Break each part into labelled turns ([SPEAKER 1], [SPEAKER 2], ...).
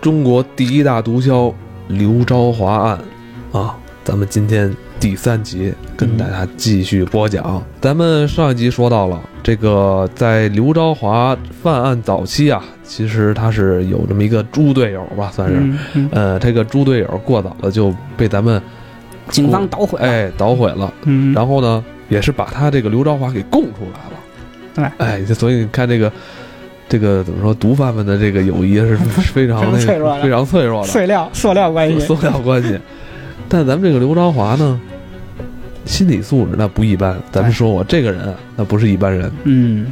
[SPEAKER 1] 中国第一大毒枭刘昭华案啊，咱们今天第三集跟大家继续播讲。咱们上一集说到了这个，在刘昭华犯案早期啊，其实他是有这么一个猪队友吧，算是。
[SPEAKER 2] 嗯嗯，
[SPEAKER 1] 呃，这个猪队友过早的就被咱们
[SPEAKER 2] 警方捣毁了，
[SPEAKER 1] 哎捣毁了，
[SPEAKER 2] 啊嗯，
[SPEAKER 1] 然后呢，也是把他这个刘昭华给供出来了。
[SPEAKER 2] 对，
[SPEAKER 1] 哎，这所以你看这个，这个怎么说，毒贩们的这个友谊是非常那个
[SPEAKER 2] 非常脆弱的
[SPEAKER 1] 非常脆弱的
[SPEAKER 2] 塑料塑料关系，
[SPEAKER 1] 塑料关系。但咱们这个刘朝华呢，心理素质那不一般。咱们说我这个人啊，那不是一般人，
[SPEAKER 2] 嗯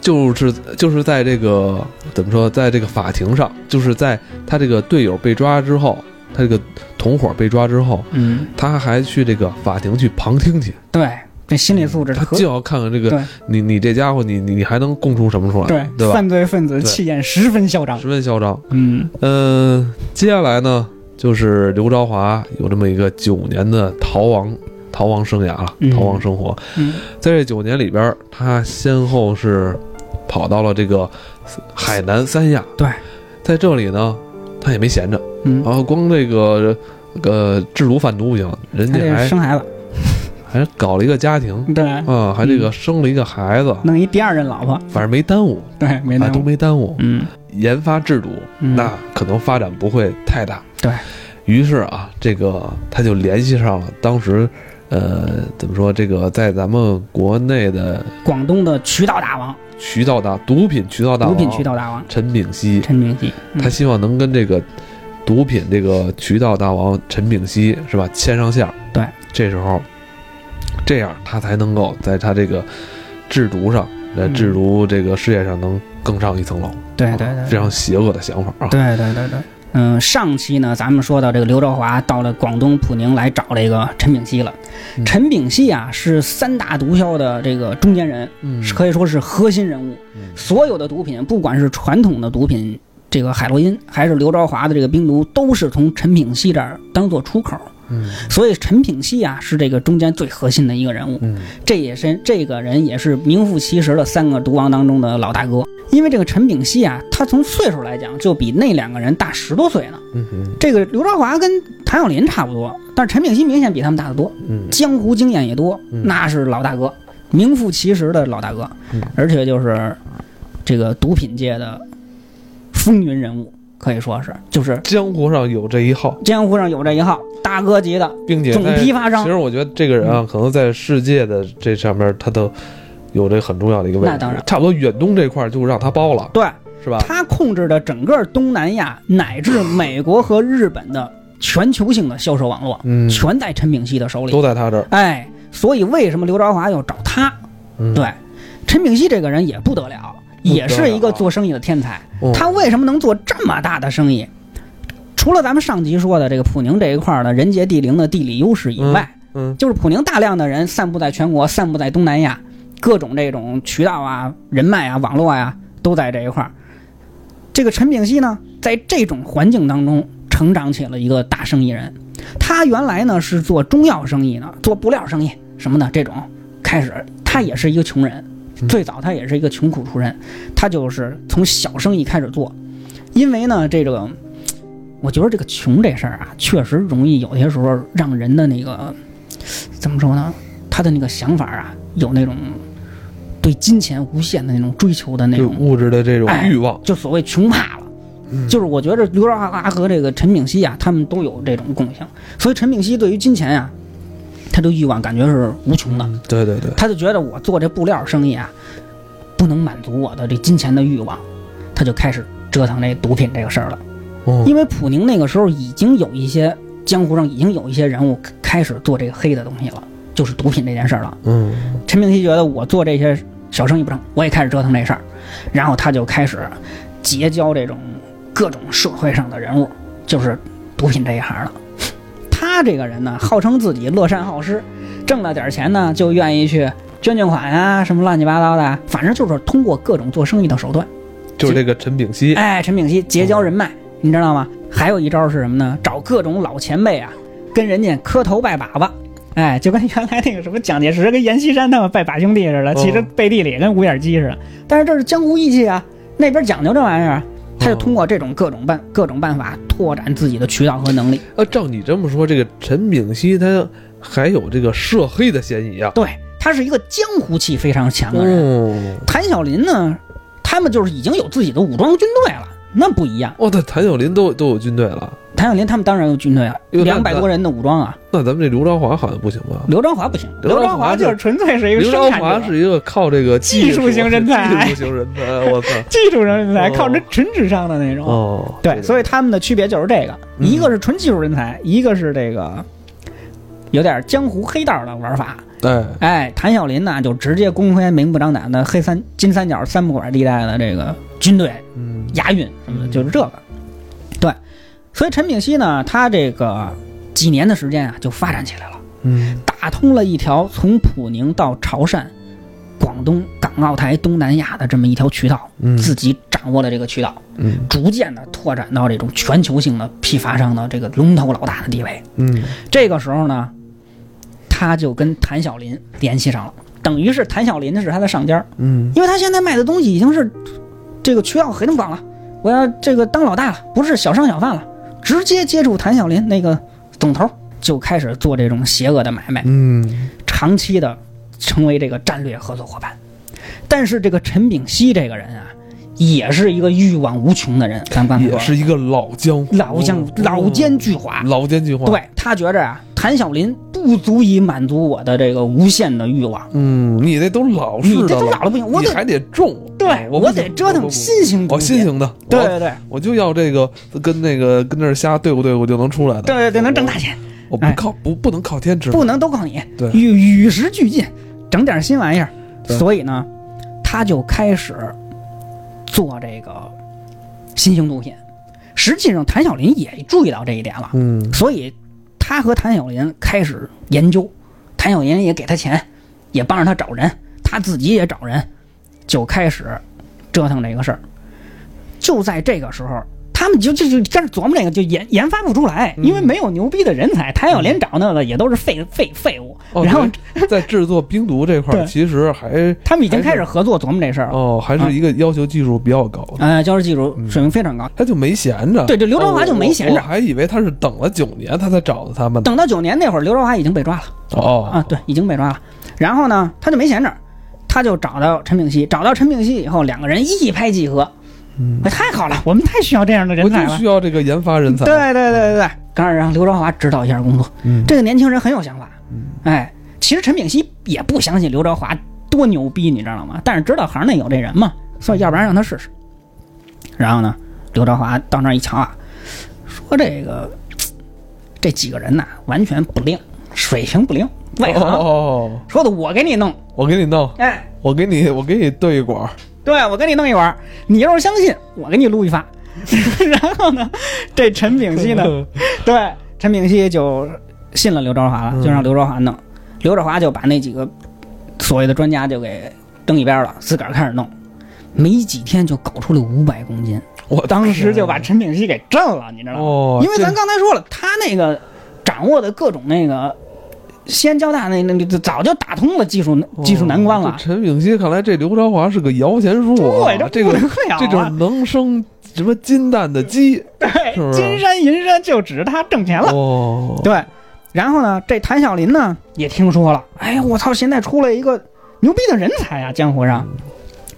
[SPEAKER 1] 就是就是在这个怎么说，在这个法庭上，就是在他这个队友被抓之后，他这个同伙被抓之后，
[SPEAKER 2] 嗯，
[SPEAKER 1] 他还去这个法庭去旁听去，
[SPEAKER 2] 对，这心理素质
[SPEAKER 1] 嗯他
[SPEAKER 2] 可
[SPEAKER 1] 就要看看这个
[SPEAKER 2] 对
[SPEAKER 1] 你你这家伙你你你还能供出什么出来，
[SPEAKER 2] 对
[SPEAKER 1] 对吧？
[SPEAKER 2] 犯罪分子
[SPEAKER 1] 对
[SPEAKER 2] 气焰十分嚣张，
[SPEAKER 1] 十分嚣张。
[SPEAKER 2] 嗯
[SPEAKER 1] 嗯，接下来呢，就是刘朝华有这么一个九年的逃亡逃亡生涯了，
[SPEAKER 2] 嗯
[SPEAKER 1] 逃亡生活。
[SPEAKER 2] 嗯，
[SPEAKER 1] 在这九年里边儿，他先后是跑到了这个海南三亚。
[SPEAKER 2] 对，
[SPEAKER 1] 在这里呢，他也没闲着，
[SPEAKER 2] 嗯，
[SPEAKER 1] 然后光这个呃制毒贩毒不行，人
[SPEAKER 2] 他
[SPEAKER 1] 家
[SPEAKER 2] 这
[SPEAKER 1] 还
[SPEAKER 2] 生嗯孩子，
[SPEAKER 1] 还搞了一个家庭
[SPEAKER 2] 对，
[SPEAKER 1] 啊，还这个生了一个孩子，
[SPEAKER 2] 弄一第二任老婆，
[SPEAKER 1] 反正没耽误，
[SPEAKER 2] 对，嗯没
[SPEAKER 1] 啊
[SPEAKER 2] 那
[SPEAKER 1] 都没耽误。
[SPEAKER 2] 嗯
[SPEAKER 1] 研发制毒，
[SPEAKER 2] 嗯
[SPEAKER 1] 那可能发展不会太大。
[SPEAKER 2] 对
[SPEAKER 1] 于是啊，这个他就联系上了当时，呃，怎么说这个在咱们国内的
[SPEAKER 2] 广东的渠道大王，
[SPEAKER 1] 渠道大毒品渠道大
[SPEAKER 2] 毒
[SPEAKER 1] 王
[SPEAKER 2] 品渠道大王
[SPEAKER 1] 陈炳熙，
[SPEAKER 2] 陈明熙，嗯
[SPEAKER 1] 他希望能跟这个毒品这个渠道大王陈炳熙是吧牵上线儿。
[SPEAKER 2] 对，
[SPEAKER 1] 这时候这样他才能够在他这个制毒上，在
[SPEAKER 2] 嗯
[SPEAKER 1] 制毒这个事业上能更上一层楼。
[SPEAKER 2] 对对对
[SPEAKER 1] 非，常邪恶的想法啊。
[SPEAKER 2] 嗯对对对对，嗯，上期呢，咱们说到这个刘兆华到了广东普宁来找这个陈炳熙了。
[SPEAKER 1] 嗯
[SPEAKER 2] 陈炳熙啊，是三大毒枭的这个中间人，
[SPEAKER 1] 嗯
[SPEAKER 2] 是可以说是核心人物。
[SPEAKER 1] 嗯
[SPEAKER 2] 所有的毒品，不管是传统的毒品，这个海洛因，还是刘兆华的这个冰毒，都是从陈炳熙这儿当做出口。
[SPEAKER 1] 嗯
[SPEAKER 2] 所以陈炳熙啊，是这个中间最核心的一个人物。
[SPEAKER 1] 嗯
[SPEAKER 2] 这也是这个人也是名副其实的三个毒王当中的老大哥。因为这个陈炳熙啊，他从岁数来讲就比那两个人大十多岁呢。
[SPEAKER 1] 嗯嗯
[SPEAKER 2] 这个刘朝华跟谭咏麟差不多，但是陈炳熙明显比他们大得多，
[SPEAKER 1] 嗯
[SPEAKER 2] 江湖经验也多，
[SPEAKER 1] 嗯
[SPEAKER 2] 那是老大哥，名副其实的老大哥
[SPEAKER 1] 嗯，
[SPEAKER 2] 而且就是这个毒品界的风云人物，可以说是就是
[SPEAKER 1] 江湖上有这一号，
[SPEAKER 2] 江湖上有这一号大哥级的
[SPEAKER 1] 并且
[SPEAKER 2] 总
[SPEAKER 1] 在
[SPEAKER 2] 批
[SPEAKER 1] 其
[SPEAKER 2] 发商。嗯
[SPEAKER 1] 实我觉得这个人啊，可能在世界的这上面，他都有这很重要的一个位置。
[SPEAKER 2] 那当然
[SPEAKER 1] 差不多远东这块儿就让他包了，
[SPEAKER 2] 对，
[SPEAKER 1] 是吧？
[SPEAKER 2] 他控制着整个东南亚乃至美国和日本的全球性的销售网络，
[SPEAKER 1] 嗯，
[SPEAKER 2] 全在陈炳熙的手里。
[SPEAKER 1] 都在他这儿。
[SPEAKER 2] 哎，所以为什么刘朝华要找他？
[SPEAKER 1] 嗯，
[SPEAKER 2] 对，陈炳熙这个人也不得了，也是一个做生意的天才。
[SPEAKER 1] 嗯
[SPEAKER 2] 他为什么能做这么大的生意？除了咱们上集说的这个普宁这一块儿的人杰地灵的地理优势以外，
[SPEAKER 1] 嗯
[SPEAKER 2] 就是普宁大量的人散布在全国，散布在东南亚，各种这种渠道啊、人脉啊、网络啊，都在这一块儿。这个陈炳熙呢，在这种环境当中成长起了一个大生意人。他原来呢是做中药生意的，做布料生意什么的这种。开始他也是一个穷人，
[SPEAKER 1] 嗯
[SPEAKER 2] 最早他也是一个穷苦出身，他就是从小生意开始做。因为呢，这个我觉得这个穷这事儿啊，确实容易有些时候让人的那个怎么说呢？他的那个想法啊，有那种对金钱无限的那种追求的那
[SPEAKER 1] 就
[SPEAKER 2] 种，
[SPEAKER 1] 物质的这种
[SPEAKER 2] 哎
[SPEAKER 1] 欲望，
[SPEAKER 2] 就所谓穷怕了。
[SPEAKER 1] 嗯
[SPEAKER 2] 就是我觉得刘德华和这个陈炳熙啊，他们都有这种共性，所以陈炳熙对于金钱啊，他的欲望感觉是无穷的。
[SPEAKER 1] 嗯对对对，
[SPEAKER 2] 他就觉得我做这布料生意啊，不能满足我的这金钱的欲望，他就开始折腾这毒品这个事儿了。
[SPEAKER 1] 嗯
[SPEAKER 2] 因为普宁那个时候已经有一些江湖上已经有一些人物开始做这个黑的东西了，就是毒品这件事儿了。
[SPEAKER 1] 嗯
[SPEAKER 2] 陈明熙觉得我做这些小生意不成，我也开始折腾这事儿，然后他就开始结交这种各种社会上的人物，就是毒品这一行的。他这个人呢，号称自己乐善好施，挣了点钱呢就愿意去捐捐款啊，什么乱七八糟的啊，反正就是通过各种做生意的手段。
[SPEAKER 1] 就是这个陈炳熙，
[SPEAKER 2] 哎，陈炳熙结交人脉，你知道吗？还有一招是什么呢？找各种老前辈啊，跟人家磕头拜把子。哎，就跟原来那个什么蒋介石跟阎锡山他们拜把兄弟似的，
[SPEAKER 1] 嗯
[SPEAKER 2] 其实背地里跟五眼鸡似的。但是这是江湖义气啊，那边讲究这玩意儿。他就通过这种各种办各种办法拓展自己的渠道和能力。
[SPEAKER 1] 啊，照你这么说，这个陈炳熙他还有这个涉黑的嫌疑啊。
[SPEAKER 2] 对他是一个江湖气非常强的人。
[SPEAKER 1] 哦，
[SPEAKER 2] 谭晓林呢，他们就是已经有自己的武装军队了，那不一样。
[SPEAKER 1] 哦，对，谭晓林都都有军队了，
[SPEAKER 2] 谭晓林他们当然有军队啊，
[SPEAKER 1] 有
[SPEAKER 2] 两百
[SPEAKER 1] 那
[SPEAKER 2] 多人的武装啊。
[SPEAKER 1] 那咱们这刘朝华好像不行吧？
[SPEAKER 2] 刘章华不行，
[SPEAKER 1] 刘
[SPEAKER 2] 章
[SPEAKER 1] 章华
[SPEAKER 2] 就是
[SPEAKER 1] 是
[SPEAKER 2] 纯粹是一个
[SPEAKER 1] 刘朝
[SPEAKER 2] 生产
[SPEAKER 1] 华
[SPEAKER 2] 者，
[SPEAKER 1] 是一个靠这个
[SPEAKER 2] 技术型人才
[SPEAKER 1] 技术型人才，我操！
[SPEAKER 2] 技术人才，
[SPEAKER 1] 哦
[SPEAKER 2] 靠这纯智商的那种。
[SPEAKER 1] 哦，
[SPEAKER 2] 对，所以他们的区别就是这个，
[SPEAKER 1] 嗯
[SPEAKER 2] 一个是纯技术人才，一个是这个有点江湖黑道的玩法。
[SPEAKER 1] 以哎，
[SPEAKER 2] 哎，谭晓林呢就直接公开明目张胆的黑三金三角三不管地带的这个军队
[SPEAKER 1] 嗯，
[SPEAKER 2] 押运什么的，
[SPEAKER 1] 嗯
[SPEAKER 2] 就是这个。对，所以陈炳熙呢，他这个几年的时间啊，就发展起来了，
[SPEAKER 1] 嗯，
[SPEAKER 2] 打通了一条从普宁到潮汕、广东、港澳台、东南亚的这么一条渠道，
[SPEAKER 1] 嗯
[SPEAKER 2] 自己掌握了这个渠道，
[SPEAKER 1] 嗯
[SPEAKER 2] 逐渐的拓展到这种全球性的批发商的这个龙头老大的地位。
[SPEAKER 1] 嗯，
[SPEAKER 2] 这个时候呢，他就跟谭晓林联系上了，等于是谭晓林是他的上家儿。
[SPEAKER 1] 嗯，
[SPEAKER 2] 因为他现在卖的东西已经是这个渠道很广了，我要这个当老大了，不是小商小贩了，直接接触谭晓林那个总头，就开始做这种邪恶的买卖，
[SPEAKER 1] 嗯，
[SPEAKER 2] 长期的成为这个战略合作伙伴。但是这个陈炳熙这个人啊，也是一个欲望无穷的人，咱们刚才说
[SPEAKER 1] 也
[SPEAKER 2] 了
[SPEAKER 1] 是一个老江湖，嗯
[SPEAKER 2] 老将老奸巨猾，
[SPEAKER 1] 老奸巨猾，，
[SPEAKER 2] 对他觉着啊，谭晓林不足以满足我的这个无限的欲望，
[SPEAKER 1] 嗯，你那都老式
[SPEAKER 2] 你
[SPEAKER 1] 的
[SPEAKER 2] 这都老
[SPEAKER 1] 了，
[SPEAKER 2] 了不行，我
[SPEAKER 1] 你
[SPEAKER 2] 得
[SPEAKER 1] 还得重，
[SPEAKER 2] 对
[SPEAKER 1] 我
[SPEAKER 2] 我得折腾
[SPEAKER 1] 新，
[SPEAKER 2] 新型
[SPEAKER 1] 我
[SPEAKER 2] 东西，
[SPEAKER 1] 新型的，
[SPEAKER 2] 对
[SPEAKER 1] 我
[SPEAKER 2] 对对
[SPEAKER 1] 我就要这个跟那个跟这儿瞎对付对付就能出来的，
[SPEAKER 2] 对对对，能挣大钱，
[SPEAKER 1] 我不
[SPEAKER 2] 哎
[SPEAKER 1] 靠不不能靠天吃，
[SPEAKER 2] 不能都靠你
[SPEAKER 1] 对，
[SPEAKER 2] 与与时俱进，整点新玩意儿。
[SPEAKER 1] 对
[SPEAKER 2] 所以呢，他就开始做这个新型毒品。实际上，谭晓林也注意到这一点了，
[SPEAKER 1] 嗯
[SPEAKER 2] 所以他和谭晓林开始研究，谭晓林也给他钱，也帮着他找人，他自己也找人，就开始折腾这个事儿。就在这个时候，他们就就就开始琢磨这个，就研研发不出来，因为没有牛逼的人才。谭晓林找那个也都是废废废物，
[SPEAKER 1] 哦
[SPEAKER 2] 然后
[SPEAKER 1] 在制作冰毒这块儿
[SPEAKER 2] 对
[SPEAKER 1] 其实还
[SPEAKER 2] 他们已经开始合作琢磨这事儿了。
[SPEAKER 1] 哦还是一个要求技术比较高的。
[SPEAKER 2] 呃，交流技术水平非常高。
[SPEAKER 1] 他就没闲着，
[SPEAKER 2] 对这刘德华
[SPEAKER 1] 哦
[SPEAKER 2] 就没闲着
[SPEAKER 1] 我我还以为他是等了九年他才找的他们呢。
[SPEAKER 2] 等到九年那会儿，刘德华已经被抓了。
[SPEAKER 1] 哦
[SPEAKER 2] 啊，对，已经被抓了。然后呢，他就没闲着，他就找到陈炳熙，找到陈炳熙以后，两个人一拍即合。
[SPEAKER 1] 嗯
[SPEAKER 2] 哎，太好了，我们太需要这样的
[SPEAKER 1] 我
[SPEAKER 2] 人才
[SPEAKER 1] 就
[SPEAKER 2] 了
[SPEAKER 1] 需。要这个研发人才。
[SPEAKER 2] 对对对对对，当然让刘朝华指导一下工作。
[SPEAKER 1] 嗯
[SPEAKER 2] 这个年轻人很有想法。哎，其实陈炳熙也不相信刘朝华多牛逼，你知道吗？但是知道行内有这人嘛，所以要不然让他试试。然后呢，刘朝华到那儿一瞧啊，说这个这几个人呐、完全不灵，水平不灵，外行。
[SPEAKER 1] 哦哦，哦
[SPEAKER 2] 说的我给你弄，
[SPEAKER 1] 我给你弄，
[SPEAKER 2] 哎，
[SPEAKER 1] 我给你，我给你兑一管儿。
[SPEAKER 2] 对我给你弄一碗儿，你要是相信，我给你撸一发。 然后呢，这陈炳 熙呢，
[SPEAKER 1] 哦
[SPEAKER 2] 对陈炳熙就信了刘朝华了，就
[SPEAKER 1] 嗯
[SPEAKER 2] 让刘朝华弄，刘朝华就把那几个所谓的专家就给蹬一边儿了，自个儿开始弄，没几天就搞出了五百公斤，
[SPEAKER 1] 我啊
[SPEAKER 2] 当时就把陈炳熙给震了，你知道吗？
[SPEAKER 1] 哦
[SPEAKER 2] 因为咱
[SPEAKER 1] 这
[SPEAKER 2] 刚才说了，他那个掌握的各种那个。西安交大那那那早就打通了技术技术难关了
[SPEAKER 1] 哦，这陈炳熙看来这刘朝华是个摇钱树啊，
[SPEAKER 2] 对，
[SPEAKER 1] 这
[SPEAKER 2] 不
[SPEAKER 1] 个
[SPEAKER 2] 能了啊
[SPEAKER 1] 这就是能生什么金蛋的鸡
[SPEAKER 2] 对，
[SPEAKER 1] 是不是
[SPEAKER 2] 金山银山就指着他挣钱了。
[SPEAKER 1] 哦。
[SPEAKER 2] 对，然后呢，这谭晓林呢也听说了，哎呀，我操，现在出来一个牛逼的人才啊，江湖上，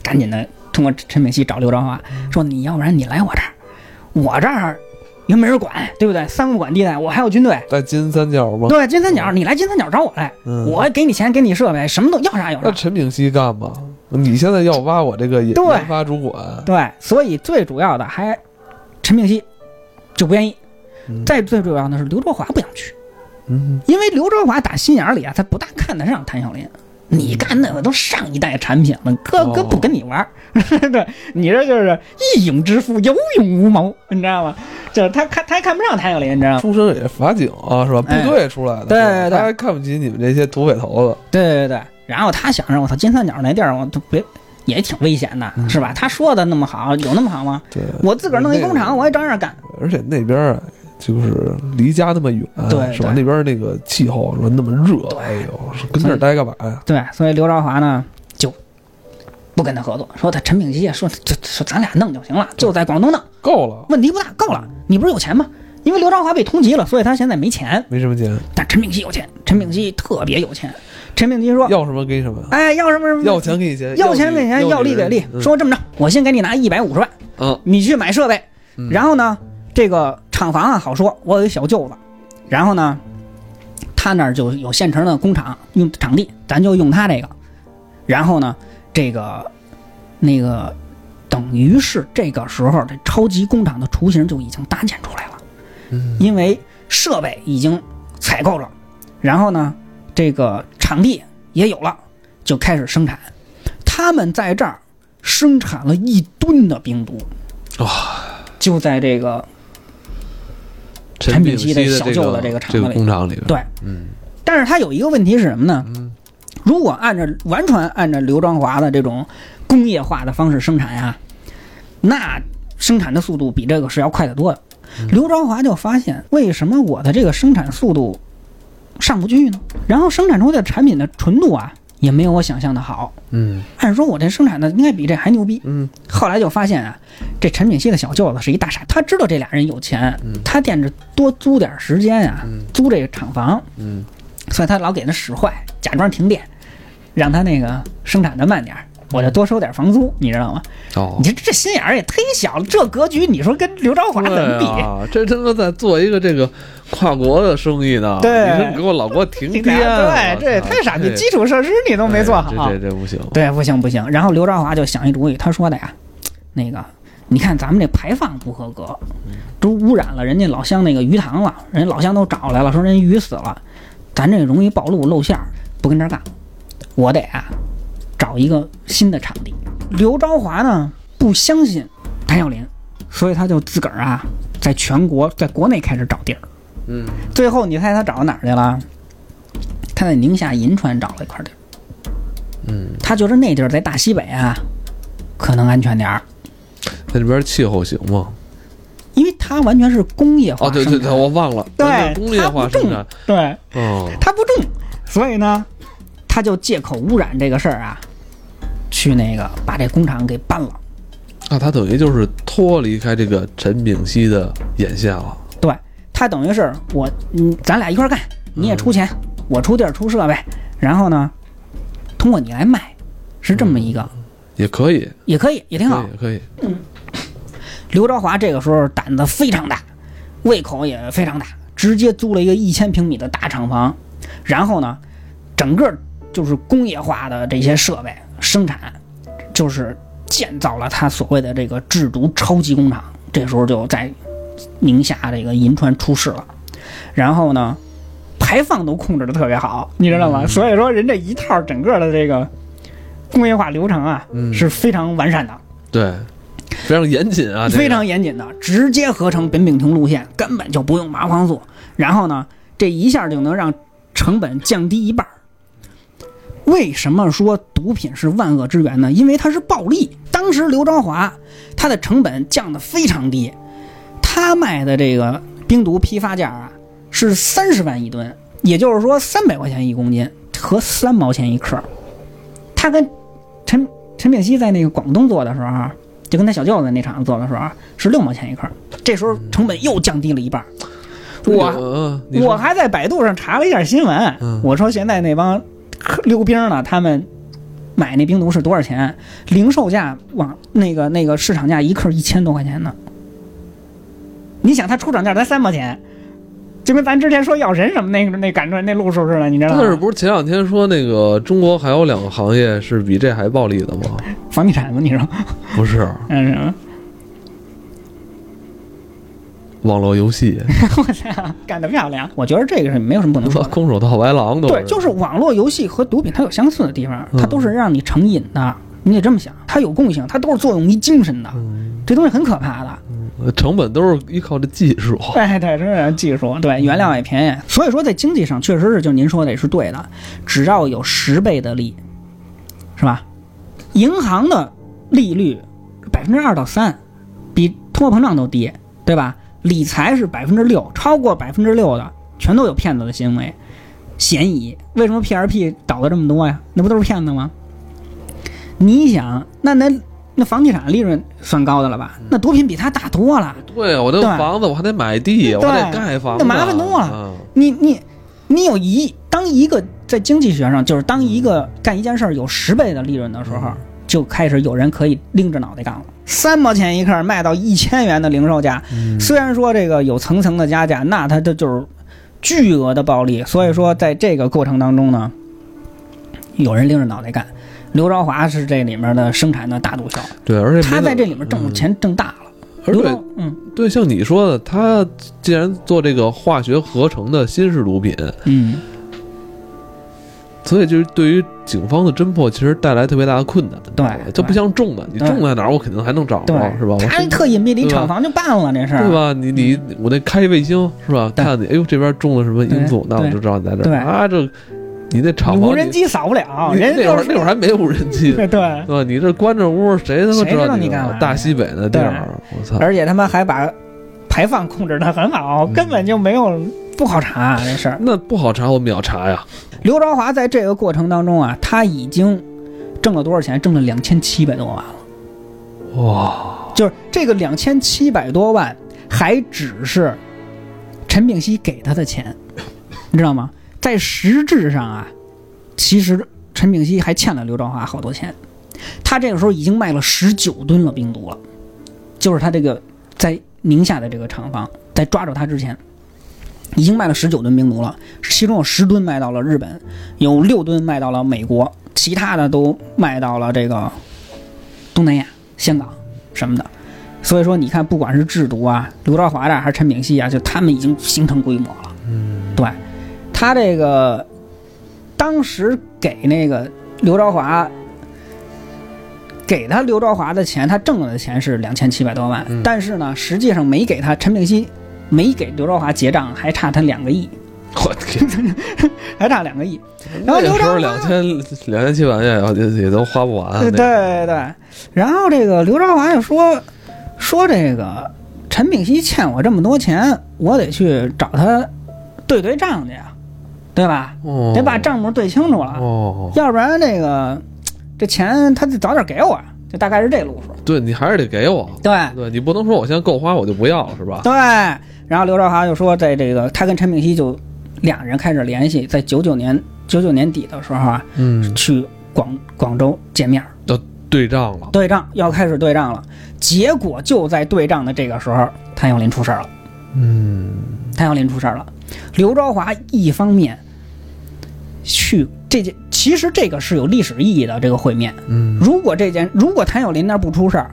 [SPEAKER 2] 赶紧的通过陈炳熙找刘朝华
[SPEAKER 1] 嗯
[SPEAKER 2] 说，你要不然你来我这儿，我这儿又没人管，对不对？三不管地带，我还有军队。
[SPEAKER 1] 在金三角吗？
[SPEAKER 2] 对，金三角，你来金三角找我来，
[SPEAKER 1] 哦嗯
[SPEAKER 2] 我给你钱，给你设备，什么都要啥有
[SPEAKER 1] 那
[SPEAKER 2] 啥。
[SPEAKER 1] 陈炳熙干嘛？你现在要挖我这个研
[SPEAKER 2] 对
[SPEAKER 1] 研发主管，
[SPEAKER 2] 对，所以最主要的还陈炳熙就不愿意，
[SPEAKER 1] 嗯
[SPEAKER 2] 再最主要的是刘朝华不想去。
[SPEAKER 1] 嗯，
[SPEAKER 2] 因为刘朝华打心眼儿里啊，他不大看得上谭晓林。你干那个都上一代产品了，哥
[SPEAKER 1] 哦
[SPEAKER 2] 哥不跟你玩儿， 对你这就是一影之夫，有勇无谋，你知道吗？就是他看他还看不上谭晓林，你知道吗？
[SPEAKER 1] 出身也是法警啊，是吧？部
[SPEAKER 2] 哎
[SPEAKER 1] 队出来的，
[SPEAKER 2] 对
[SPEAKER 1] 是吧
[SPEAKER 2] 对对
[SPEAKER 1] 他还看不起你们这些土匪头子，
[SPEAKER 2] 对对对，然后他想着我操金三角那地儿，我都别也挺危险的，是吧？他说的那么好，有那么好吗？
[SPEAKER 1] 嗯对，
[SPEAKER 2] 我自个儿弄一工
[SPEAKER 1] 那个
[SPEAKER 2] 厂，我也照样干。
[SPEAKER 1] 而且那边儿就是离家那么远，
[SPEAKER 2] 对
[SPEAKER 1] 是吧？
[SPEAKER 2] 对
[SPEAKER 1] 那边儿那个气候说那么热，哎呦，是跟这儿待干嘛呀？
[SPEAKER 2] 对，所以刘朝华呢就不跟他合作，说他陈炳基啊，说就说咱俩弄就行了，就在广东弄，
[SPEAKER 1] 够了，
[SPEAKER 2] 问题不大，够了。你不是有钱吗？因为刘朝华被通缉了，所以他现在没钱，
[SPEAKER 1] 没什么钱，
[SPEAKER 2] 但陈炳基有钱，陈炳基特别有钱。陈炳基说，
[SPEAKER 1] 要什么给什么，
[SPEAKER 2] 哎，要什么什么
[SPEAKER 1] 要嗯钱给你钱，
[SPEAKER 2] 要钱给钱，要力给力。说这么着，我先给你拿一百五十万，
[SPEAKER 1] 啊，
[SPEAKER 2] 你去买设备，
[SPEAKER 1] 嗯
[SPEAKER 2] 然后呢，这个厂房啊好说，我有一小舅子，然后呢，他那儿就有现成的工厂用场地，咱就用他这个，然后呢，这个那个等于是这个时候这超级工厂的雏形就已经搭建出来了，
[SPEAKER 1] 嗯
[SPEAKER 2] 因为设备已经采购了，然后呢，这个场地也有了，就开始生产，他们在这儿生产了一吨的冰毒。
[SPEAKER 1] 哇，
[SPEAKER 2] 就在这个，
[SPEAKER 1] 陈
[SPEAKER 2] 炳
[SPEAKER 1] 基
[SPEAKER 2] 基
[SPEAKER 1] 的
[SPEAKER 2] 的小舅子
[SPEAKER 1] 这
[SPEAKER 2] 这
[SPEAKER 1] 个
[SPEAKER 2] 个厂
[SPEAKER 1] 这
[SPEAKER 2] 子
[SPEAKER 1] 个
[SPEAKER 2] 里
[SPEAKER 1] 工厂里边，
[SPEAKER 2] 对
[SPEAKER 1] 嗯，
[SPEAKER 2] 但是他有一个问题是什么呢
[SPEAKER 1] 嗯？
[SPEAKER 2] 如果按照完全按照刘庄华的这种工业化的方式生产呀，那生产的速度比这个是要快得多的。
[SPEAKER 1] 嗯
[SPEAKER 2] 刘庄华就发现，为什么我的这个生产速度上不去呢？然后生产出的产品的纯度啊，也没有我想象的好。
[SPEAKER 1] 嗯
[SPEAKER 2] 按说我这生产的应该比这还牛逼。
[SPEAKER 1] 嗯，
[SPEAKER 2] 后来就发现啊，这陈炳熙的小舅子是一大傻，他知道这俩人有钱，
[SPEAKER 1] 嗯
[SPEAKER 2] 他惦着多租点时间呀、租这个厂房，
[SPEAKER 1] 嗯，
[SPEAKER 2] 所以他老给他使坏，假装停电，让他那个生产的慢点儿，我就多收点房租，你知道吗？
[SPEAKER 1] 哦
[SPEAKER 2] 你，这这心眼儿也忒小了，这格局你说跟刘朝华怎么比？
[SPEAKER 1] 对啊，这他妈在做一个这个跨国的生意呢，
[SPEAKER 2] 对
[SPEAKER 1] 你这给我老给我停
[SPEAKER 2] 你
[SPEAKER 1] 电
[SPEAKER 2] 俩
[SPEAKER 1] 了，
[SPEAKER 2] 对，这也太傻逼，
[SPEAKER 1] 这
[SPEAKER 2] 基础设施你都没做好。
[SPEAKER 1] 啊这这这不行，
[SPEAKER 2] 对，不行不行。然后刘朝华就想一主意，他说的呀，那个你看咱们这排放不合格，都污染了人家老乡那个鱼塘了，人家老乡都找来了，说人家鱼死了，咱这容易暴露露馅儿，不跟这儿干，我得啊找一个新的场地。刘朝华呢不相信谭耀林，所以他就自个儿啊在全国在国内开始找地儿。
[SPEAKER 1] 嗯，
[SPEAKER 2] 最后你猜他找到哪儿去了？他在宁夏银川找了一块地儿。
[SPEAKER 1] 嗯，
[SPEAKER 2] 他觉得那地儿在大西北啊，可能安全点儿，
[SPEAKER 1] 那里边气候行吗？
[SPEAKER 2] 因为它完全是工业化
[SPEAKER 1] 哦，对
[SPEAKER 2] 生
[SPEAKER 1] 对
[SPEAKER 2] 产
[SPEAKER 1] 对，我忘了，咱这
[SPEAKER 2] 对，
[SPEAKER 1] 工业化生产，
[SPEAKER 2] 它不种，对，
[SPEAKER 1] 嗯，
[SPEAKER 2] 它不种，所以呢，他就借口污染这个事儿啊，去那个把这工厂给搬了。
[SPEAKER 1] 那他等于就是脱离开这个陈炳熙的眼线了，
[SPEAKER 2] 对他等于是我，嗯，咱俩一块儿干，你也出钱，
[SPEAKER 1] 嗯
[SPEAKER 2] 我出地儿出设备，然后呢，通过你来卖，是
[SPEAKER 1] 嗯
[SPEAKER 2] 这么一个，
[SPEAKER 1] 也可以，
[SPEAKER 2] 也可以，也挺好
[SPEAKER 1] 对，。也可以，
[SPEAKER 2] 刘朝华这个时候胆子非常大，胃口也非常大，直接租了一个一千平米的大厂房，然后呢，整个就是工业化的这些设备生产，就是建造了他所谓的这个制毒超级工厂。这时候就在宁夏这个银川出事了，然后呢，排放都控制的特别好，你知道
[SPEAKER 1] 嗯
[SPEAKER 2] 吗？所以说人这一套整个的这个工业化流程啊，
[SPEAKER 1] 嗯
[SPEAKER 2] 是非常完善的。
[SPEAKER 1] 对，非常严谨啊，这个
[SPEAKER 2] 非常严谨的，直接合成苯丙酮路线，根本就不用麻黄素。然后呢，这一下就能让成本降低一半儿。为什么说毒品是万恶之源呢？因为它是暴利。当时刘朝华他的成本降得非常低，他卖的这个冰毒批发价啊是三十万一吨，也就是说三百块钱一公斤和三毛钱一克。他跟陈陈炳熙在那个广东做的时候啊，就跟他小舅子那厂子做的时候啊，是六毛钱一克，这时候成本又降低了一半儿。我
[SPEAKER 1] 嗯，你说
[SPEAKER 2] 我还在百度上查了一下新闻，
[SPEAKER 1] 嗯
[SPEAKER 2] 我说现在那帮喝溜冰呢，他们买那冰毒是多少钱？零售价往那个那个市场价一克一千多块钱呢。你想，他出厂价才三毛钱，就跟咱之前说药神什么那个那赶出来那路数似的，你知道
[SPEAKER 1] 但是
[SPEAKER 2] 吗？
[SPEAKER 1] 不是前两天说那个中国还有两个行业是比这还暴利的吗？
[SPEAKER 2] 房地产吗？你 说，
[SPEAKER 1] 不是，
[SPEAKER 2] 嗯，什么？
[SPEAKER 1] 网络游 戏，
[SPEAKER 2] 我操，干得漂亮！我觉得这个是没有什么不能说的。
[SPEAKER 1] 空手套白狼都
[SPEAKER 2] 对，就是网络游戏和毒品它有相似的地方，
[SPEAKER 1] 嗯
[SPEAKER 2] 它都是让你成瘾的。你得这么想，它有共性，它都是作用于精神的，这东西很可怕的。
[SPEAKER 1] 呃嗯成本都是依靠这技术。
[SPEAKER 2] 对对，这是技术，对原料也便宜，所以说在经济上确实是，就您说的也是对的，只要有十倍的利，是吧？银行的利率百分之二到三，比通货膨胀都低，对吧？理财是百分之六，超过百分之六的全都有骗子的行为，嫌疑。为什么 PRP 倒的这么多呀？那不都是骗子吗？你想，那那那房地产利润算高的了吧？那毒品比它大多了。
[SPEAKER 1] 对啊我那
[SPEAKER 2] 对
[SPEAKER 1] 房子我还得买地，我还得
[SPEAKER 2] 对
[SPEAKER 1] 盖房子，
[SPEAKER 2] 那麻烦多了
[SPEAKER 1] 嗯
[SPEAKER 2] 你你你有一当一个在经济学上，就是当一
[SPEAKER 1] 嗯
[SPEAKER 2] 个干一件事儿有十倍的利润的时候，就开始有人可以拎着脑袋干了。三毛钱一克卖到一千元的零售价，
[SPEAKER 1] 嗯
[SPEAKER 2] 虽然说这个有层层的加价，那它这就是巨额的暴利。所以
[SPEAKER 1] 嗯
[SPEAKER 2] 说，在这个过程当中呢，有人拎着脑袋干。刘朝华是这里面的生产的大毒枭，
[SPEAKER 1] 对，而且
[SPEAKER 2] 他
[SPEAKER 1] 没
[SPEAKER 2] 在
[SPEAKER 1] 怎
[SPEAKER 2] 这里面挣钱挣大了。
[SPEAKER 1] 嗯而
[SPEAKER 2] 刘
[SPEAKER 1] 且
[SPEAKER 2] 朝，嗯
[SPEAKER 1] 对，像你说的，他既然做这个化学合成的新式毒品，
[SPEAKER 2] 嗯，
[SPEAKER 1] 所以就是对于警方的侦破其实带来特别大的困难。
[SPEAKER 2] 对
[SPEAKER 1] 就不像重的，你
[SPEAKER 2] 对
[SPEAKER 1] 重在哪儿，我肯定还能找着
[SPEAKER 2] 对，，
[SPEAKER 1] 是吧？我
[SPEAKER 2] 他
[SPEAKER 1] 是
[SPEAKER 2] 特隐蔽的一
[SPEAKER 1] 对吧
[SPEAKER 2] 厂房就办了这事儿，嗯
[SPEAKER 1] 对吧？你你我那开卫星是吧？
[SPEAKER 2] 对
[SPEAKER 1] 看你，哎呦这边中了什么因素，
[SPEAKER 2] 对
[SPEAKER 1] 那我就知道你在这
[SPEAKER 2] 对
[SPEAKER 1] 儿啊。这你那厂
[SPEAKER 2] 你
[SPEAKER 1] 房
[SPEAKER 2] 无人
[SPEAKER 1] 你
[SPEAKER 2] 机扫不了，
[SPEAKER 1] 你
[SPEAKER 2] 人
[SPEAKER 1] 那
[SPEAKER 2] 就
[SPEAKER 1] 会儿
[SPEAKER 2] 是
[SPEAKER 1] 那会儿还没无人机，
[SPEAKER 2] 对对，
[SPEAKER 1] 对吧？你这关着屋，谁他妈
[SPEAKER 2] 谁知道
[SPEAKER 1] 你
[SPEAKER 2] 你干
[SPEAKER 1] 啊
[SPEAKER 2] 嘛呀啊
[SPEAKER 1] 大西北的地儿，我操！
[SPEAKER 2] 而且他们还把排放控制的很好，
[SPEAKER 1] 嗯
[SPEAKER 2] 根本就没有不好查、啊、这事儿。
[SPEAKER 1] 那不好查，我们要查呀。
[SPEAKER 2] 刘朝华在这个过程当中啊，他已经挣了多少钱？挣了两千七百多万了，
[SPEAKER 1] 哇，
[SPEAKER 2] 就是这个两千七百多万还只是陈炳熙给他的钱，你知道吗？在实质上啊，其实陈炳熙还欠了刘朝华好多钱，他这个时候已经卖了十九吨了冰毒了，就是他这个在宁夏的这个厂房，在抓住他之前，已经卖了十九吨冰毒了，其中有十吨卖到了日本，有六吨卖到了美国，其他的都卖到了这个东南亚、香港什么的。所以说，你看，不管是制毒啊，刘兆华这儿还是陈炳熙啊，就他们已经形成规模了。
[SPEAKER 1] 嗯，
[SPEAKER 2] 对，他这个当时给那个刘朝华，给他刘朝华的钱，他挣了的钱是两千七百多万，
[SPEAKER 1] 嗯
[SPEAKER 2] 但是呢，实际上没给他陈炳熙，没给刘朝华结账，还差他两个亿，
[SPEAKER 1] 我天，
[SPEAKER 2] 还差两个亿。 然
[SPEAKER 1] 那
[SPEAKER 2] 后刘
[SPEAKER 1] 时候
[SPEAKER 2] 兆华
[SPEAKER 1] 两千两千七百万也也都花不完啊。
[SPEAKER 2] 对
[SPEAKER 1] 那
[SPEAKER 2] 对对，然后这个刘朝华就说说这个陈炳熙欠我这么多钱，我得去找他对对账去呀，对吧？
[SPEAKER 1] 哦，
[SPEAKER 2] 得把账目对清楚了。
[SPEAKER 1] 哦，
[SPEAKER 2] 要不然这个这钱他得早点给我，就大概是这路数。
[SPEAKER 1] 对你还是得给我。
[SPEAKER 2] 对
[SPEAKER 1] 对你不能说我现在够花我就不要了是吧？
[SPEAKER 2] 对，然后刘兆华就说，在这个他跟陈炳熙就俩人开始联系，在九九年九九年底的时候啊，
[SPEAKER 1] 嗯，
[SPEAKER 2] 去广广州见面儿
[SPEAKER 1] 要对账了。
[SPEAKER 2] 对账，要开始对账了。结果就在对账的这个时候，谭咏麟出事儿了。
[SPEAKER 1] 嗯，
[SPEAKER 2] 谭咏麟出事儿了。刘朝华一方面去这件，其实这个是有历史意义的这个会面。
[SPEAKER 1] 嗯，
[SPEAKER 2] 如果这件，如果谭咏麟那儿不出事儿，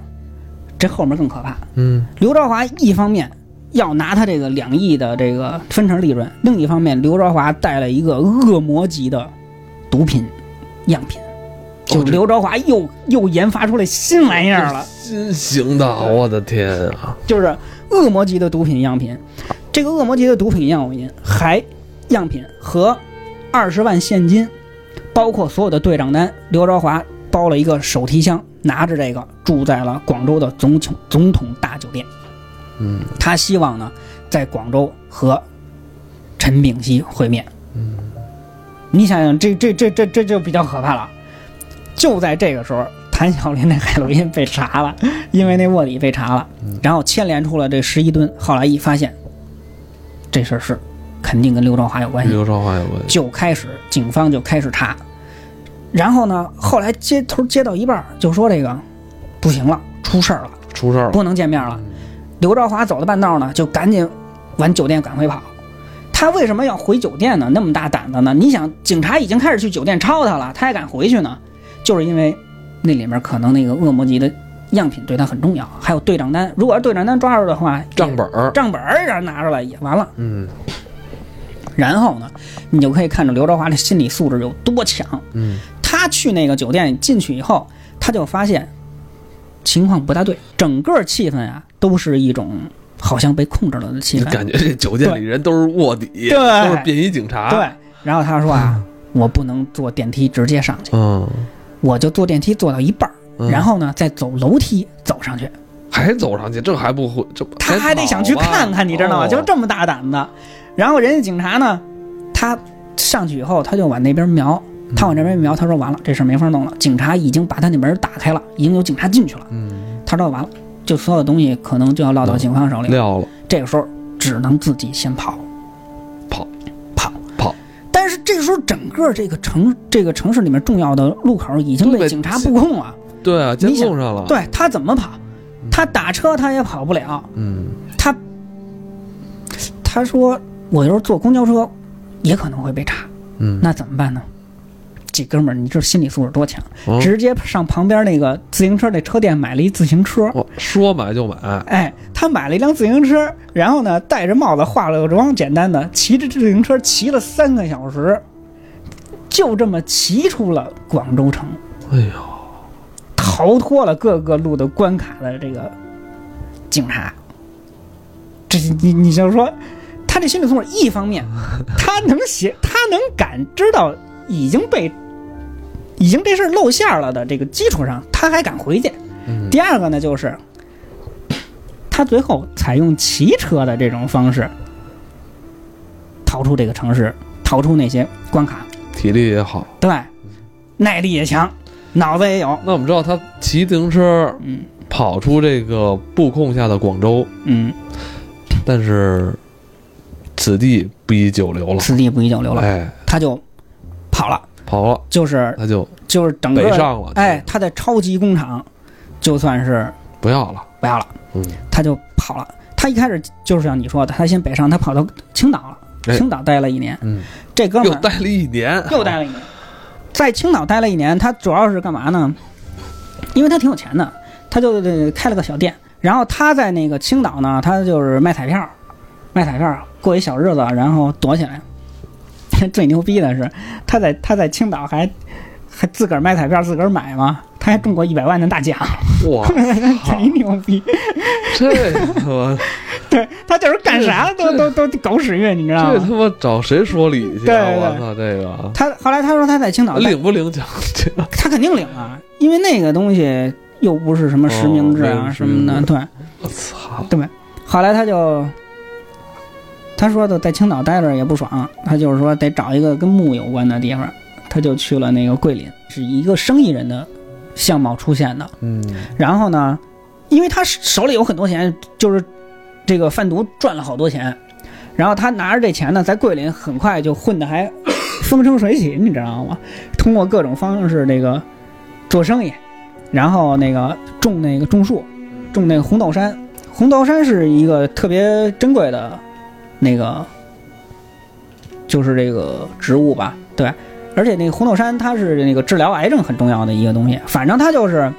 [SPEAKER 2] 这后面更可怕。
[SPEAKER 1] 嗯，
[SPEAKER 2] 刘朝华一方面要拿他这个两亿的这个分成利润，另一方面，刘朝华带了一个恶魔级的毒品样品，就
[SPEAKER 1] 哦这
[SPEAKER 2] 刘朝华又又研发出来新玩意儿了。
[SPEAKER 1] 新型的，我的天啊！
[SPEAKER 2] 就是恶魔级的毒品样品。这个恶魔级的毒品样品还样品和二十万现金，包括所有的对账单，刘朝华包了一个手提箱，拿着这个住在了广州的总统总统大酒店。
[SPEAKER 1] 嗯，
[SPEAKER 2] 他希望呢，在广州和陈炳熙会面。嗯，你想想，这这这这这就比较可怕了。就在这个时候，谭晓林那海洛因被查了， 因为那卧底被查了，然后牵连出了这十一吨。后来一发现，这事儿是肯定跟刘兆华有关系，
[SPEAKER 1] 刘少华有问题。
[SPEAKER 2] 就开始警方就开始查。然后呢，后来接头接到一半儿就说这个不行了，出事儿了。
[SPEAKER 1] 出事儿了。
[SPEAKER 2] 不能见面了。刘兆华走到半道呢，就赶紧往酒店赶回跑。他为什么要回酒店呢？那么大胆子呢？你想，警察已经开始去酒店抄他了，他还敢回去呢？就是因为那里面可能那个恶魔级的样品对他很重要，还有对账单。如果要对账单抓住的话，
[SPEAKER 1] 账本儿，
[SPEAKER 2] 账本儿让拿出来也完了。
[SPEAKER 1] 嗯
[SPEAKER 2] 然后呢，你就可以看出刘朝华的心理素质有多强。
[SPEAKER 1] 嗯，
[SPEAKER 2] 他去那个酒店进去以后，他就发现情况不大对，整个气氛啊都是一种好像被控制了的气
[SPEAKER 1] 就
[SPEAKER 2] 氛。
[SPEAKER 1] 感觉这酒店里人都是卧底，
[SPEAKER 2] 对
[SPEAKER 1] 都是便衣警察。
[SPEAKER 2] 对，，然后他说啊，我不能坐电梯直接上去，
[SPEAKER 1] 嗯，
[SPEAKER 2] 我就坐电梯坐到一半儿，
[SPEAKER 1] 嗯
[SPEAKER 2] 然后呢再走楼梯走上去。
[SPEAKER 1] 还走上去，这还不回，这
[SPEAKER 2] 他还得想去看看，你知道吗？哦就这么大胆的。然后人家警察呢，他上去以后，他就往那边瞄，他往这边一瞄，他说完了，这事儿没法弄了，警察已经把他那门打开了，已经有警察进去了。
[SPEAKER 1] 嗯，
[SPEAKER 2] 他知道完了，就所有的东西可能就要落到警方手里了。
[SPEAKER 1] 啊撂了，
[SPEAKER 2] 这个时候只能自己先跑，
[SPEAKER 1] 跑，
[SPEAKER 2] 跑，
[SPEAKER 1] 跑。
[SPEAKER 2] 但是这个时候，整个这个城这个城市里面重要的路口已经
[SPEAKER 1] 都被
[SPEAKER 2] 被警察布控了。
[SPEAKER 1] 对啊，监
[SPEAKER 2] 你想
[SPEAKER 1] 控上了，，
[SPEAKER 2] 对他怎么跑？他打车他也跑不了。
[SPEAKER 1] 嗯，
[SPEAKER 2] 他他说我要是坐公交车，也可能会被查。
[SPEAKER 1] 嗯
[SPEAKER 2] 那怎么办呢？这哥们儿，你知道心理素质多强，
[SPEAKER 1] 哦
[SPEAKER 2] 直接上旁边那个自行车那车店买了一自行车。
[SPEAKER 1] 我说买就买，
[SPEAKER 2] 哎，他买了一辆自行车，然后呢，戴着帽子，化了个妆，简单的骑着自行车骑了三个小时，就这么骑出了广州城，
[SPEAKER 1] 哎呦，
[SPEAKER 2] 逃脱了各个路的关卡的这个警察。这你你就说，他这心理素质，一方面他能写，他能感知到已经被已经这事儿露馅儿了的这个基础上，他还敢回去。
[SPEAKER 1] 嗯
[SPEAKER 2] 第二个呢，就是他最后采用骑车的这种方式逃出这个城市，逃出那些关卡，
[SPEAKER 1] 体力也好。
[SPEAKER 2] 对，耐力也强，脑子也有，
[SPEAKER 1] 那我们知道他骑自行车
[SPEAKER 2] 嗯
[SPEAKER 1] 跑出这个布控下的广州，
[SPEAKER 2] 嗯，
[SPEAKER 1] 但是此地不宜久留了，
[SPEAKER 2] 此地不宜久留了，
[SPEAKER 1] 哎，
[SPEAKER 2] 他就跑了，
[SPEAKER 1] 跑了，
[SPEAKER 2] 就是
[SPEAKER 1] 他就
[SPEAKER 2] 就是整
[SPEAKER 1] 北
[SPEAKER 2] 个，
[SPEAKER 1] 上了，
[SPEAKER 2] 哎，，他的超级工厂就算是
[SPEAKER 1] 不要了，
[SPEAKER 2] 不要了，
[SPEAKER 1] 嗯，
[SPEAKER 2] 他就跑了。他一开始就是像你说的，他先北上，他跑到青岛了，
[SPEAKER 1] 哎
[SPEAKER 2] 青岛待了一年。
[SPEAKER 1] 嗯，
[SPEAKER 2] 这哥们
[SPEAKER 1] 又
[SPEAKER 2] 儿
[SPEAKER 1] 待了一年，
[SPEAKER 2] 又待了一年，在青岛待了一年，他主要是干嘛呢？因为他挺有钱的，他就呃开了个小店，然后他在那个青岛呢，他就是卖彩票，卖彩票过一小日子，然后躲起来。 最牛逼的是，他在他在青岛还还自个儿卖彩票，自个儿买嘛，他还中过一百万的大奖，
[SPEAKER 1] 哇，
[SPEAKER 2] 贼牛逼！
[SPEAKER 1] 这他妈
[SPEAKER 2] 对他就是干啥都都都狗屎运，你知道
[SPEAKER 1] 这他
[SPEAKER 2] 吗？
[SPEAKER 1] 妈找谁说理去
[SPEAKER 2] 对
[SPEAKER 1] 啊？
[SPEAKER 2] 对
[SPEAKER 1] 我操，这个
[SPEAKER 2] 他后来他说他在青岛待
[SPEAKER 1] 领不领奖？这个
[SPEAKER 2] 他肯定领啊，因为那个东西又不是什么实名制啊、
[SPEAKER 1] 哦
[SPEAKER 2] 什么的。
[SPEAKER 1] 没有实名制
[SPEAKER 2] 对，
[SPEAKER 1] 我操，
[SPEAKER 2] 后来他就他说的在青岛待着也不爽，他就是说得找一个跟木有关的地方，他就去了那个桂林，是一个生意人的相貌出现的。
[SPEAKER 1] 嗯，
[SPEAKER 2] 然后呢，因为他手里有很多钱，就是这个贩毒赚了好多钱，然后他拿着这钱呢，在桂林很快就混得还 风生水起，你知道吗？通过各种方式这个做生意，然后那个种那个种树，种那个红豆杉，红豆杉是一个特别珍贵的那个，就是这个植物吧，对。而且那个红豆杉，它是那个治疗癌症很重要的一个东西。反正它就是，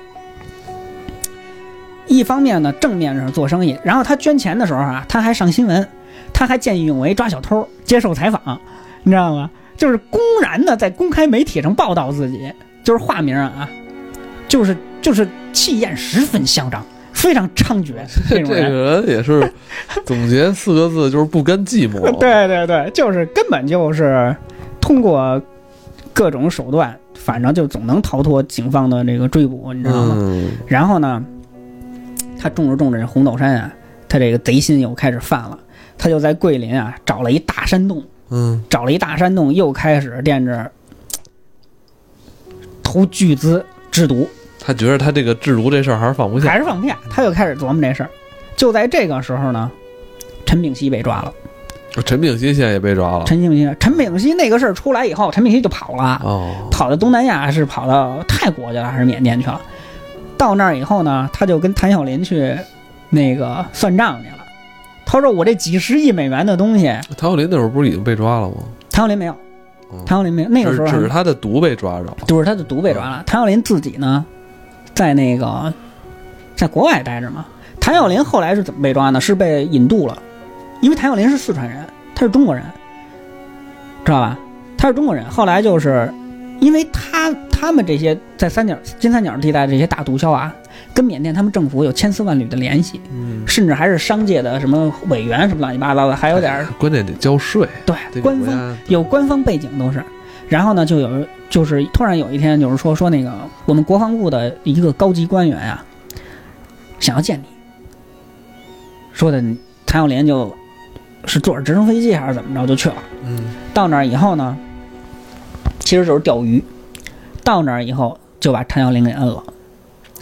[SPEAKER 2] 一方面呢，正面上做生意，然后他捐钱的时候啊，他还上新闻，他还见义勇为抓小偷，接受采访，你知道吗？就是公然的在公开媒体上报道自己，就是化名啊，就是就是气焰十分嚣张，非常猖獗
[SPEAKER 1] 这
[SPEAKER 2] 这种
[SPEAKER 1] 个
[SPEAKER 2] 人。
[SPEAKER 1] 人也是总结四个字，就是不甘寂寞。
[SPEAKER 2] 对对对，就是根本就是通过各种手段，反正就总能逃脱警方的这个追捕，你知道吗？
[SPEAKER 1] 嗯，
[SPEAKER 2] 然后呢，他种着种着这红豆杉啊，他这个贼心又开始犯了。他就在桂林啊找了一大山洞，
[SPEAKER 1] 嗯
[SPEAKER 2] 找了一大山洞，又开始惦着投巨资制毒，
[SPEAKER 1] 他觉得他这个制毒这事儿还是放不下，
[SPEAKER 2] 还是放不下。他又开始琢磨这事儿。就在这个时候呢，陈炳熙被抓了。
[SPEAKER 1] 陈炳熙现在也被抓了。
[SPEAKER 2] 陈炳熙，陈炳熙那个事儿出来以后，陈炳熙就跑了。
[SPEAKER 1] 哦，
[SPEAKER 2] 跑到东南亚是跑到泰国去了还是缅甸去了？到那儿以后呢，他就跟谭晓林去那个算账去了。他说：“我这几十亿美元的东西，
[SPEAKER 1] 谭咏麟那会儿不是已经被抓了吗？
[SPEAKER 2] 谭晓林没有，
[SPEAKER 1] 嗯
[SPEAKER 2] 谭晓林没有。那个时候
[SPEAKER 1] 只
[SPEAKER 2] 还
[SPEAKER 1] 只是他的毒被抓着了。
[SPEAKER 2] 就是他的毒被抓了。谭晓林自己呢，在那个在国外待着嘛。谭晓林后来是怎么被抓呢？是被引渡了，因为谭晓林是四川人，他是中国人，知道吧？他是中国人。后来就是因为他他们这些在三角金三角地带这些大毒枭啊，跟缅甸他们政府有千丝万缕的联系，
[SPEAKER 1] 嗯，
[SPEAKER 2] 甚至还是商界的什么委员什么乱七八糟的，还有点儿
[SPEAKER 1] 哎关键得交税。这个
[SPEAKER 2] 对官
[SPEAKER 1] 国
[SPEAKER 2] 方
[SPEAKER 1] 家
[SPEAKER 2] 有官方背景都是。然后呢，就有就是突然有一天，就是说说那个我们国防部的一个高级官员啊，想要见你，说的谭咏麟就是坐着直升飞机还是怎么着就去了。
[SPEAKER 1] 嗯
[SPEAKER 2] 到那儿以后呢，其实就是钓鱼。到那儿以后就把谭耀林给摁了，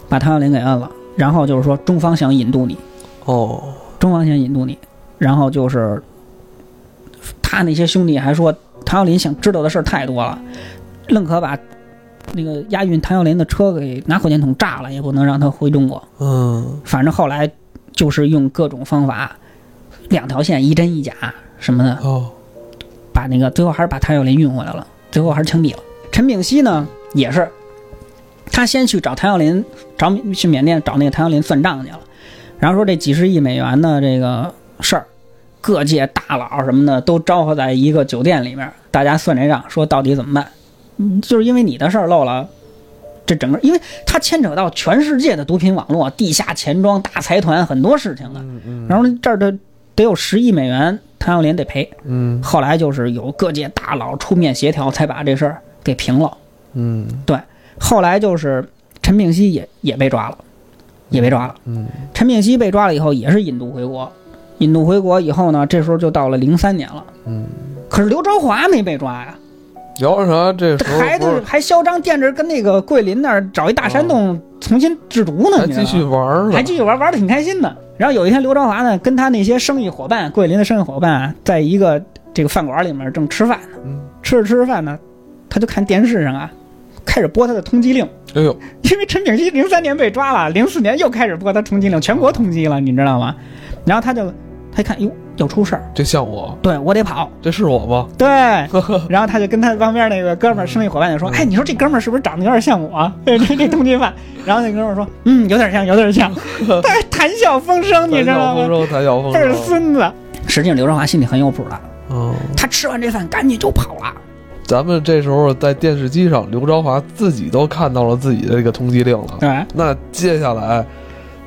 [SPEAKER 2] 把谭耀林给摁了，然后就是说中方想引渡你，
[SPEAKER 1] 哦，
[SPEAKER 2] 中方想引渡你，然后就是他那些兄弟还说谭耀林想知道的事儿太多了，愣可把那个押运谭耀林的车给拿火箭筒炸了，也不能让他回中国。
[SPEAKER 1] 嗯，
[SPEAKER 2] 反正后来就是用各种方法，两条线一真一假什么的，
[SPEAKER 1] 哦，
[SPEAKER 2] 把那个最后还是把谭耀林运回来了，最后还是枪毙了。陈炳熙呢也是，他先去找谭耀林，找去缅甸找那个谭耀林算账去了，然后说这几十亿美元的这个事儿，各界大佬什么的都招呼在一个酒店里面，大家算这账，说到底怎么办？嗯，就是因为你的事儿漏了。这整个，因为它牵扯到全世界的毒品网络、地下钱庄、大财团很多事情的，啊然后这儿的得有十亿美元，谭耀林得赔。
[SPEAKER 1] 嗯
[SPEAKER 2] 后来就是有各界大佬出面协调，才把这事儿给平了。
[SPEAKER 1] 嗯
[SPEAKER 2] 后来就是陈炳熙也也被抓了，也被抓了。
[SPEAKER 1] 嗯，
[SPEAKER 2] 陈炳熙被抓了以后，也是引渡回国。引渡回国以后呢，这时候就到了零三年了。
[SPEAKER 1] 嗯，
[SPEAKER 2] 可是刘朝华没被抓呀，
[SPEAKER 1] 聊啥？这时
[SPEAKER 2] 这
[SPEAKER 1] 候
[SPEAKER 2] 还
[SPEAKER 1] 不
[SPEAKER 2] 得
[SPEAKER 1] 是哦
[SPEAKER 2] 还嚣张惦着跟那个桂林那儿找一大山洞重新制毒呢，
[SPEAKER 1] 还
[SPEAKER 2] 你知道
[SPEAKER 1] 继续
[SPEAKER 2] 吗
[SPEAKER 1] 玩儿呢？
[SPEAKER 2] 还继续玩，玩的挺开心的。然后有一天，刘朝华呢跟他那些生意伙伴，桂林的生意伙伴啊，在一个这个饭馆里面正吃饭呢，
[SPEAKER 1] 嗯
[SPEAKER 2] 吃着吃着饭呢，他就看电视上啊，开始播他的通缉令，
[SPEAKER 1] 哎呦，
[SPEAKER 2] 因为陈炳熙零三年被抓了，零四年又开始播他通缉令，全国通缉了，你知道吗？然后他就他一看，哟，要出事儿，
[SPEAKER 1] 这像我，
[SPEAKER 2] 对我得跑，
[SPEAKER 1] 这是我吗？
[SPEAKER 2] 对。然后他就跟他旁边那个哥们儿生意伙伴就说：“
[SPEAKER 1] 嗯
[SPEAKER 2] 哎，你说这哥们儿是不是长得有点像我？ 这这通缉犯。”然后那哥们儿说：“嗯，有点像，有点 像。”但是谈笑风生，你知道吗？
[SPEAKER 1] 吗？谭小丰
[SPEAKER 2] 倍
[SPEAKER 1] 收，
[SPEAKER 2] 儿孙子。实际上，刘德华心里很有谱了，
[SPEAKER 1] 嗯，
[SPEAKER 2] 他吃完这饭赶紧就跑了。
[SPEAKER 1] 咱们这时候在电视机上，刘朝华自己都看到了自己的这个通缉令了。
[SPEAKER 2] 对，
[SPEAKER 1] 那接下来，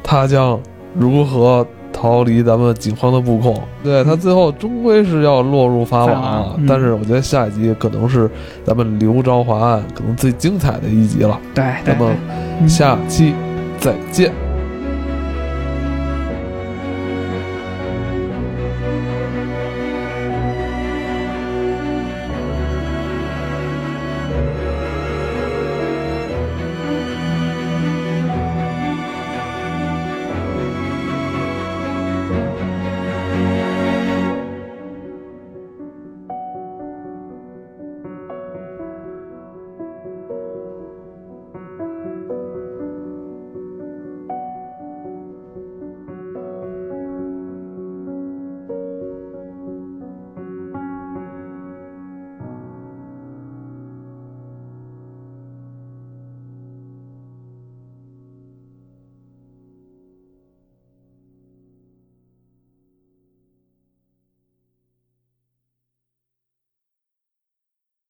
[SPEAKER 1] 他将如何逃离咱们警方的布控？对他最后终归是要落入法网
[SPEAKER 2] 法
[SPEAKER 1] 啊
[SPEAKER 2] 网嗯！
[SPEAKER 1] 但是我觉得下一集可能是咱们刘朝华案可能最精彩的一集了。
[SPEAKER 2] 对，
[SPEAKER 1] 咱
[SPEAKER 2] 对
[SPEAKER 1] 们
[SPEAKER 2] 嗯
[SPEAKER 1] 下期再见。